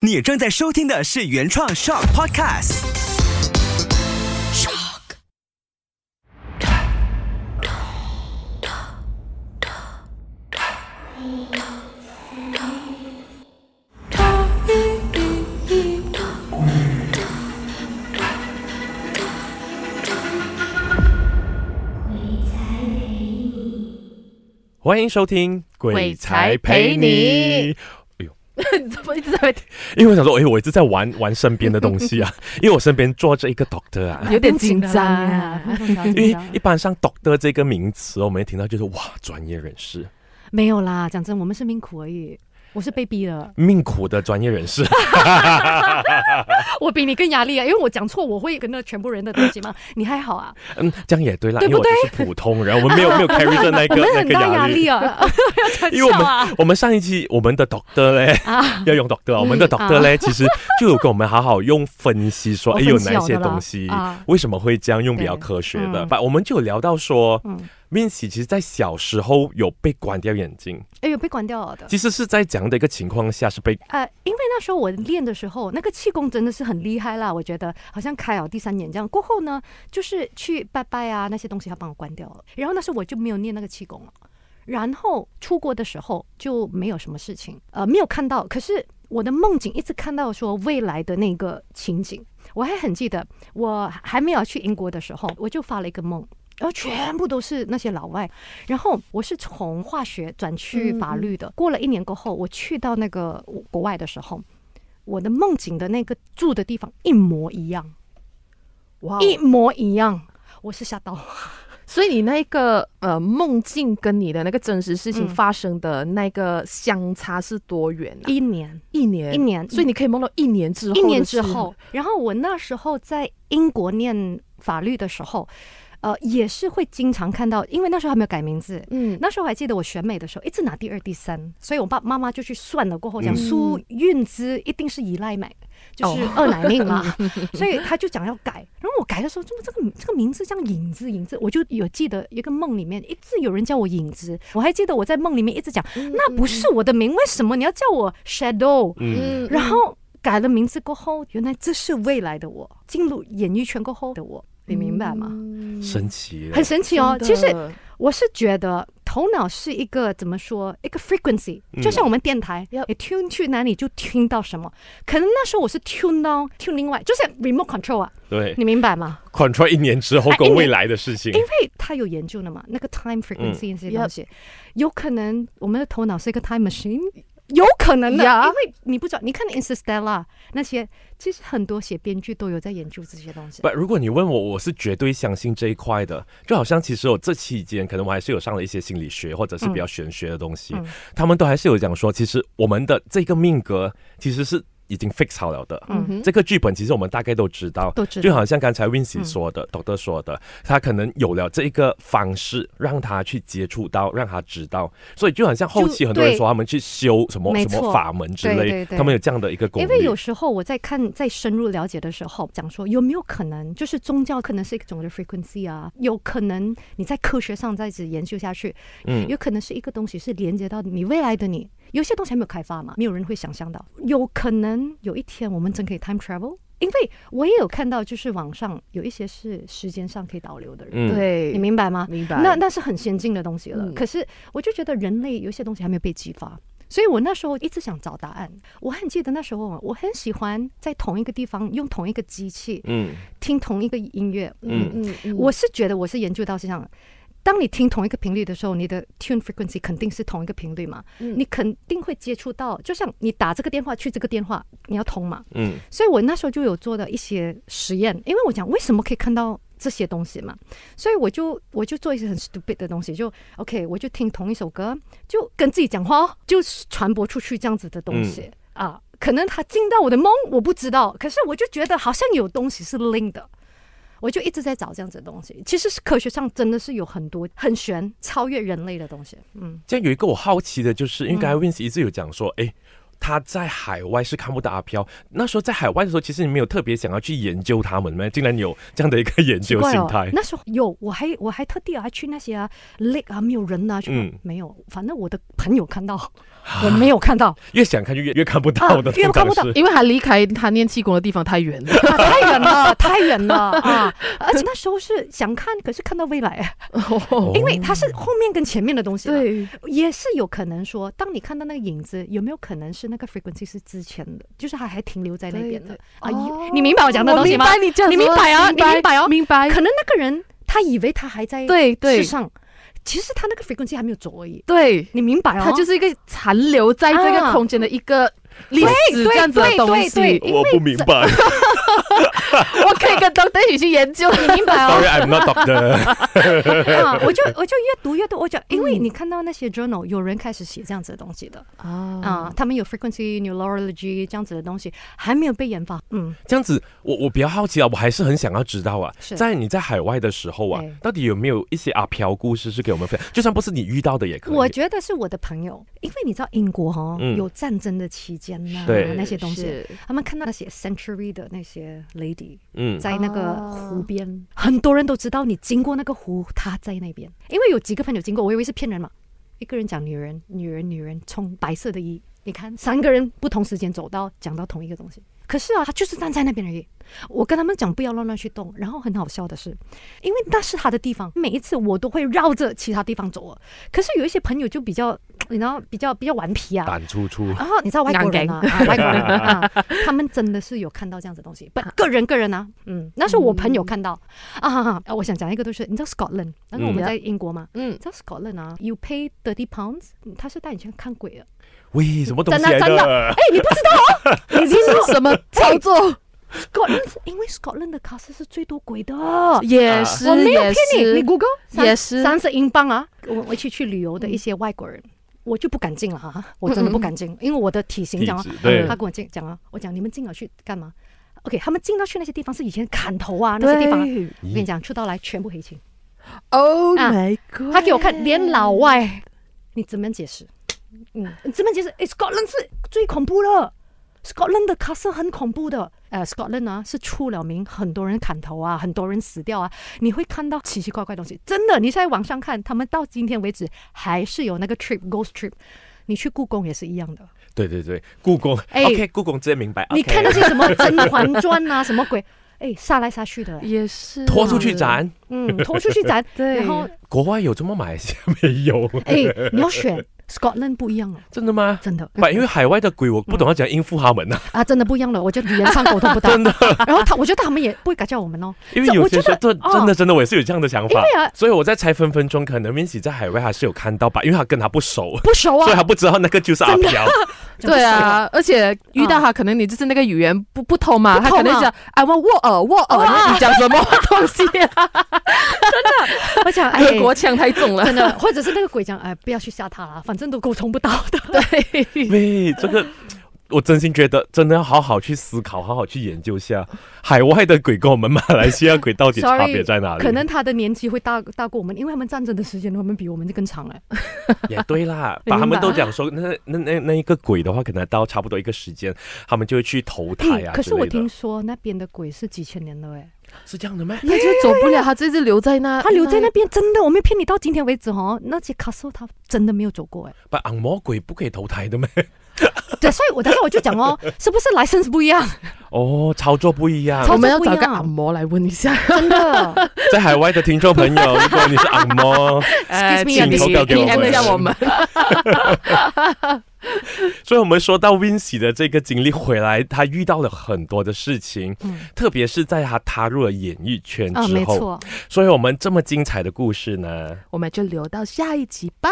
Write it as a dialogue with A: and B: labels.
A: 你正在收听的是原创 Shock Podcast。
B: 欢迎收听《
C: 鬼才陪你》。 你怎么一直在
B: 因为我想说，哎、我一直在玩玩身边的东 西啊，因为我身边坐着一个 doctor 啊，
C: 有点紧
D: 紧张
C: 张
D: 啊
C: 啊？
B: 因为一般上 doctor 这个名词，我们一听到就是哇，专业人士，
C: 没有啦，讲真，我们是命苦而已。我是被逼的，
B: 命苦的专业人士。
C: 我比你更压力啊，因为我讲错我会跟那全部人的东西 嘛。你还好啊，
B: 嗯，这样也对啦，
C: 对
B: 因为
C: 不
B: 我就是普通人，我们没 有没有 carry 着那
C: 我
B: 个
C: 们
B: 那
C: 很
B: 个
C: 大压
B: 压
C: 力啊， 要传
B: 因为我
C: 笑
B: 们、
C: 啊
B: 我们上一期我们的 doctor 嘞，
C: 啊！
B: 要用 doctor，、啊，我们的
C: 嗯
B: doctor 嘞，其实就有跟我们好好用分析说，
C: 我
B: 哎，
C: 分
B: 有
C: 析
B: 哪
C: 好
B: 些
C: 的啦
B: 东西、
C: 啊
B: 为什么会这样用比
C: 对
B: 较科学的？
C: 嗯
B: 把、我们就有聊到说，
C: 嗯，
B: Vinci 其实在小时候有被关掉眼睛，
C: 哎呦，被关掉了的。
B: 其实是在这样的一个情况下是被
C: 呃，因为那时候我练的时候，那个气功真的是很厉害啦，我觉得好像开了第三眼这样。过后呢，就是去拜拜啊那些东西，他帮我关掉了。然后那时候我就没有念那个气功了。然后出国的时候就没有什么事情，呃，没有看到。可是我的梦境一直看到说未来的那个情景，我还很记得，我还没有去英国的时候，我就发了一个梦。然后全部都是那些老外，然后我是从化学转去法律的。过了一年过后，我去到那个国外的时候，我的梦境的那个住的地方一模一样，
D: 哇哦
C: 一模一样，我是吓到。
D: 所以你那个呃梦境跟你的那个真实事情
C: 嗯
D: 发生的那个相差是多远啊？
C: 一年，
D: 一年，
C: 一年
D: 所以你可以梦到一年之后，
C: 一年之后，，然后我那时候在英国念法律的时候，呃，也是会经常看到，因为那时候还没有改名字。
D: 嗯，
C: 那时候还记得我选美的时候，一直拿第二、第三，所以我爸妈妈就去算了，过后讲
B: 嗯
C: 苏运之一定是依赖美，就是
D: 哦
C: 二奶命 啦，所以他就讲要改。然后我改的时候，怎么这个这个名字这样影子影子，我就有记得一个梦里面一直有人叫我影子，我还记得我在梦里面一直讲，那不是我的名，为什么你要叫我 shadow？
B: 嗯，
D: 嗯嗯，
C: 然后改了名字过后，原来这是未来的我，进入演艺圈过后的我，你明白吗？
D: 嗯
B: 神奇
C: 很神奇哦。
D: 真
C: 其
D: 的
C: 实我是觉得头脑是一个怎么说，一个 frequency，
B: 嗯
C: 就像我们电台，
D: Yep
C: 你 tune 去哪里就听到什么。可能那时候我是 tune 到 tune 另外，就是 remote control 啊，
B: 对
C: 你明白吗？
B: control 一年之后
C: 哎一
B: 跟
C: 年
B: 未来的事情
C: 因，为他有研究的嘛，那个 time frequency 那些东
B: 嗯
C: 西，有可能我们的头脑是一个 time machine。有可能的
D: Yeah
C: 因为你不知道，你看《Interstellar》那些，其实很多写编剧都有在研究这些东西。
B: 不，如果你问我，我是绝对相信这一块的。就好像其实我这期间，可能我还是有上了一些心理学或者是比较玄学的东西，
C: 嗯
B: 他们都还是有讲说，其实我们的这个命格其实是已经 fix 好了的。
D: 嗯哼
B: 这个剧本其实我们大概都知道，
C: 都知道
B: 就好像刚才 w i n
C: 嗯
B: c y 说的、d o c t o r 说的，他可能有了这一个方式，让他去接触到，让他知道，所以就好像后期
C: 就
B: 很多人
C: 对
B: 说他们去修什么
C: 没
B: 什么
C: 错
B: 法门之类，
C: 对对对
B: 他们有这样的一个功
C: 因为
B: 力。
C: 有时候我在看、在深入了解的时候，讲说有没有可能，就是宗教可能是一种的 frequency 啊，有可能你在科学上再一直研究下去，
B: 嗯
C: 有可能是一个东西是连接到你未来的你，有些东西还没有开发嘛，没有人会想象到，有可能有一天我们真可以 time travel。因为我也有看到，就是网上有一些是时间上可以导流的人，
B: 嗯，
D: 对，
C: 你明白吗？
D: 明白，
C: 那那是很先进的东西了。
D: 嗯
C: 可是我就觉得人类有些东西还没有被激发，所以我那时候一直想找答案。我很记得那时候啊，我很喜欢在同一个地方用同一个机器
B: 嗯
C: 听同一个音乐。
B: 嗯
D: 嗯嗯
C: 我是觉得我是研究到是这样。当你听同一个频率的时候，你的 tune frequency 肯定是同一个频率嘛，
D: 嗯
C: 你肯定会接触到，就像你打这个电话去这个电话，你要通嘛。
B: 嗯
C: 所以我那时候就有做的一些实验，因为我讲为什么可以看到这些东西嘛，所以我就我就做一些很 stupid 的东西，就 OK，我就听同一首歌，就跟自己讲话哦，就传播出去这样子的东西、
B: 嗯
C: 啊。可能它进到我的梦，我不知道，可是我就觉得好像有东西是 link 的，我就一直在找这样子的东西。其实是科学上真的是有很多很玄、超越人类的东西。嗯，嗯
B: 这样有一个我好奇的就是，因为刚才 Wins 一直有讲说，哎、他在海外是看不到阿飘。那时候在海外的时候，其实你没有特别想要去研究他们吗？竟然有这样的一个研究
C: 怪
B: 心
C: 哦
B: 态，
C: 那时候有，我还我还特地啊去那些啊 lake 啊没有人啊，去看、
B: 嗯
C: 没有，反正我的朋友看到，
D: 啊
C: 我没有看 到，
B: 越想看就越越看不
C: 啊
B: 到的，
C: 越
B: 通
C: 看不
B: 常
C: 到
B: 是
D: 因为他离开他念气功的地方太远了，
C: 啊、太远了，太远了啊！而且那时候是想看，可是看到未来，因为它是后面跟前面的东西。，
D: 哦对，
C: 也是有可能说，当你看到那个影子，有没有可能是那个 frequency 是之前的，就是它还停留在那边的
D: 对
C: 啊？
D: 哦
C: 有你明白我讲的东西吗
D: 我？明白你讲什么，
C: 你明白啊你明白哦
D: 明白，
C: 可能那个人他以为他还在
D: 对
C: 世
D: 对
C: 上，其实他那个 frequency 还没有走而已。
D: 对，
C: 你明白哦？
D: 它就是一个残留在这个
C: 啊
D: 空间的一个历
C: 对
D: 史这样子的
C: 对
D: 东
C: 对
D: 西
C: 对。
B: 我不明白
D: 我可以跟 Doctor 一起去研究。
C: 你明白哦
B: ，Sorry I'm not doctor。
C: 啊！我就我就越读越多，我讲，因为
D: 嗯
C: 你看到那些 journal 有人开始写这样子的东西的啊
B: 哦
D: 啊，，
C: 他们有 frequency neurology 这样子的东西还没有被研发，嗯，
B: 这样子，我我比较好奇啊，我还是很想要知道啊，
C: 是
B: 在你在海外的时候啊
C: 对，
B: 到底有没有一些啊阿飘故事是给我们分享？就算不是你遇到的也可以。
C: 我觉得是我的朋友，因为你知道英国哈、哦
B: 嗯
C: 有战争的期间呐、
B: 对
C: 那些东西，
D: 是，
C: 他们看到那些 century 的那些 lady
B: 嗯，
C: 在那个
D: 哦
C: 湖边，很多人都知道你经过那个湖，她在那边，因为有几个朋友经过，我以为是骗人嘛，一个人讲女人，女人，女人，冲白色的衣，你看 三个人不同时间走到讲到同一个东西，可是啊，他就是站在那边而已。我跟他们讲不要乱乱去动，然后很好笑的是，因为那是他的地方，每一次我都会绕着其他地方走啊。可是有一些朋友就比较，你知道，比较比较顽皮啊，
B: 胆粗粗，
C: 然后你知道外国人啊，啊外国人啊，他们真的是有看到这样子的东西。不，个人个人啊，嗯，那是我朋友看到啊。我想讲一个，就是你知道 Scotland，然后我们在英国嘛，
D: 嗯
C: 你，知道 Scotland 啊，you pay thirty pounds，他是带你去看鬼的。
B: 喂，什么东西
C: 真的
B: 来
C: 真的
B: 的？
C: 哎，你不知道
D: 你这是什么操作？
C: 哎 Scotland，因为 Scotland 的 castle 是最多鬼的。
D: 也是，
C: 我没有
D: 也
C: 骗你，你
D: 是
C: Google 三
D: 也是
C: 三十英镑啊。我我去去旅游的一些外国人，我就不敢进了 啊，我真的不敢进，因为我的体型
B: 体
C: 讲啊
B: 质，对
C: 他跟我进讲啊，我讲你们进了去干嘛？OK，他们进到去那些地方是以前砍头啊那些地方啊，我
D: 对
C: 跟你讲，出到来全部黑青。
D: ，Oh
C: 啊
D: my God！
C: 他给我看连老外，你怎么样解释？嗯，你怎么样解释？哎，Scotland 是最恐怖的，Scotland 的 castle 很恐怖的。呃，Scotland 啊是出了名，很多人砍头啊，很多人死掉啊，你会看到奇奇怪怪的东西。真的，你现在网上看，他们到今天为止还是有那个 trip ghost trip。你去故宫也是一样的，
B: 对对对，故宫
C: 哎
B: ，OK，故宫直接明白。
C: 你
B: OK
C: 看那些什么《甄嬛传》啊，什么鬼， 哎，杀来杀去的，
D: 也是啊
B: 拖出去，斩，
C: 嗯，拖出去斩，
D: 对，
C: 然后
B: 国外有这么马来西亚没有？
C: 哎，你要选 Scotland 不一样了，
B: 真的吗？
C: 真的。
B: 不，因为海外的鬼我不懂要怎样应付他们 呐、
C: 啊，真的不一样了，我觉得语言上沟通 不到。真的，然后他，我觉得他们也不会改叫我们哦。
B: 因为
C: 这
B: 有
C: 我
B: 些
C: 觉
B: 时候
C: 得
B: 真
C: 哦
B: 真的真的我也是有这样的想法
C: 因为啊，
B: 所以我在猜分分钟可能 Vinci 在海外还是有看到吧，因为他跟他不熟，
C: 不熟
B: 所以他
C: 啊，
B: 不知道那个就是阿飘。
D: 对啊，而且遇到他，可能你就是那个语言不不通嘛，
C: 哦不
D: 他
C: 通啊
D: 可能
C: 嘛
D: 讲 I want 沃尔沃尔，呃你讲什么东西啊？
C: 我想 哎，
D: 德国腔太重了，
C: 真的，或者是那个鬼讲哎，不要去吓他啦，反正都沟通不到的。
D: 对。
B: 喂，这个我真心觉得真的要好好去思考，好好去研究一下海外的鬼跟我们马来西亚鬼到 底
C: Sorry，
B: 差别在哪里？
C: 可能他的年纪会大大过我们，因为他们战争的时间他们比我们更长哎。
B: 也对啦，
D: 明白
B: 把他们都讲说，那那那那一个鬼的话，可能到差不多一个时间，他们就会去投胎啊
C: 哎可
B: 之
C: 是我
B: 类的。
C: 听说那边的鬼是几千年了哎，
B: 是这样的咩？
D: 他就走不了，他这直留在那，
C: 他留在那边真的，我没有骗你，到今天为止哦，那些卡索他真的没有走过哎。
B: 把昂魔鬼不可以投胎的咩？
C: 对，所以我等下我就讲哦， 是不是 license 不一样？
B: 哦，操作不一样
C: 操。
D: 我们要找
C: 不一
D: 个
C: 样
D: 按摩来问一下。
C: 真的，
B: 在海外的听众朋友， 如果你是昂魔，
D: 呃
C: me，
D: 请
B: 请投票给我们
D: DM 一下我们。
B: 所以我们说到 Vinci 的这个经历回来，他遇到了很多的事情，
C: 嗯
B: 特别是在他踏入了演艺圈
C: 啊，
B: 之
C: 没
B: 后。
C: 错。
B: 所以我们这么精彩的故事呢，
D: 我们就留到下一集吧。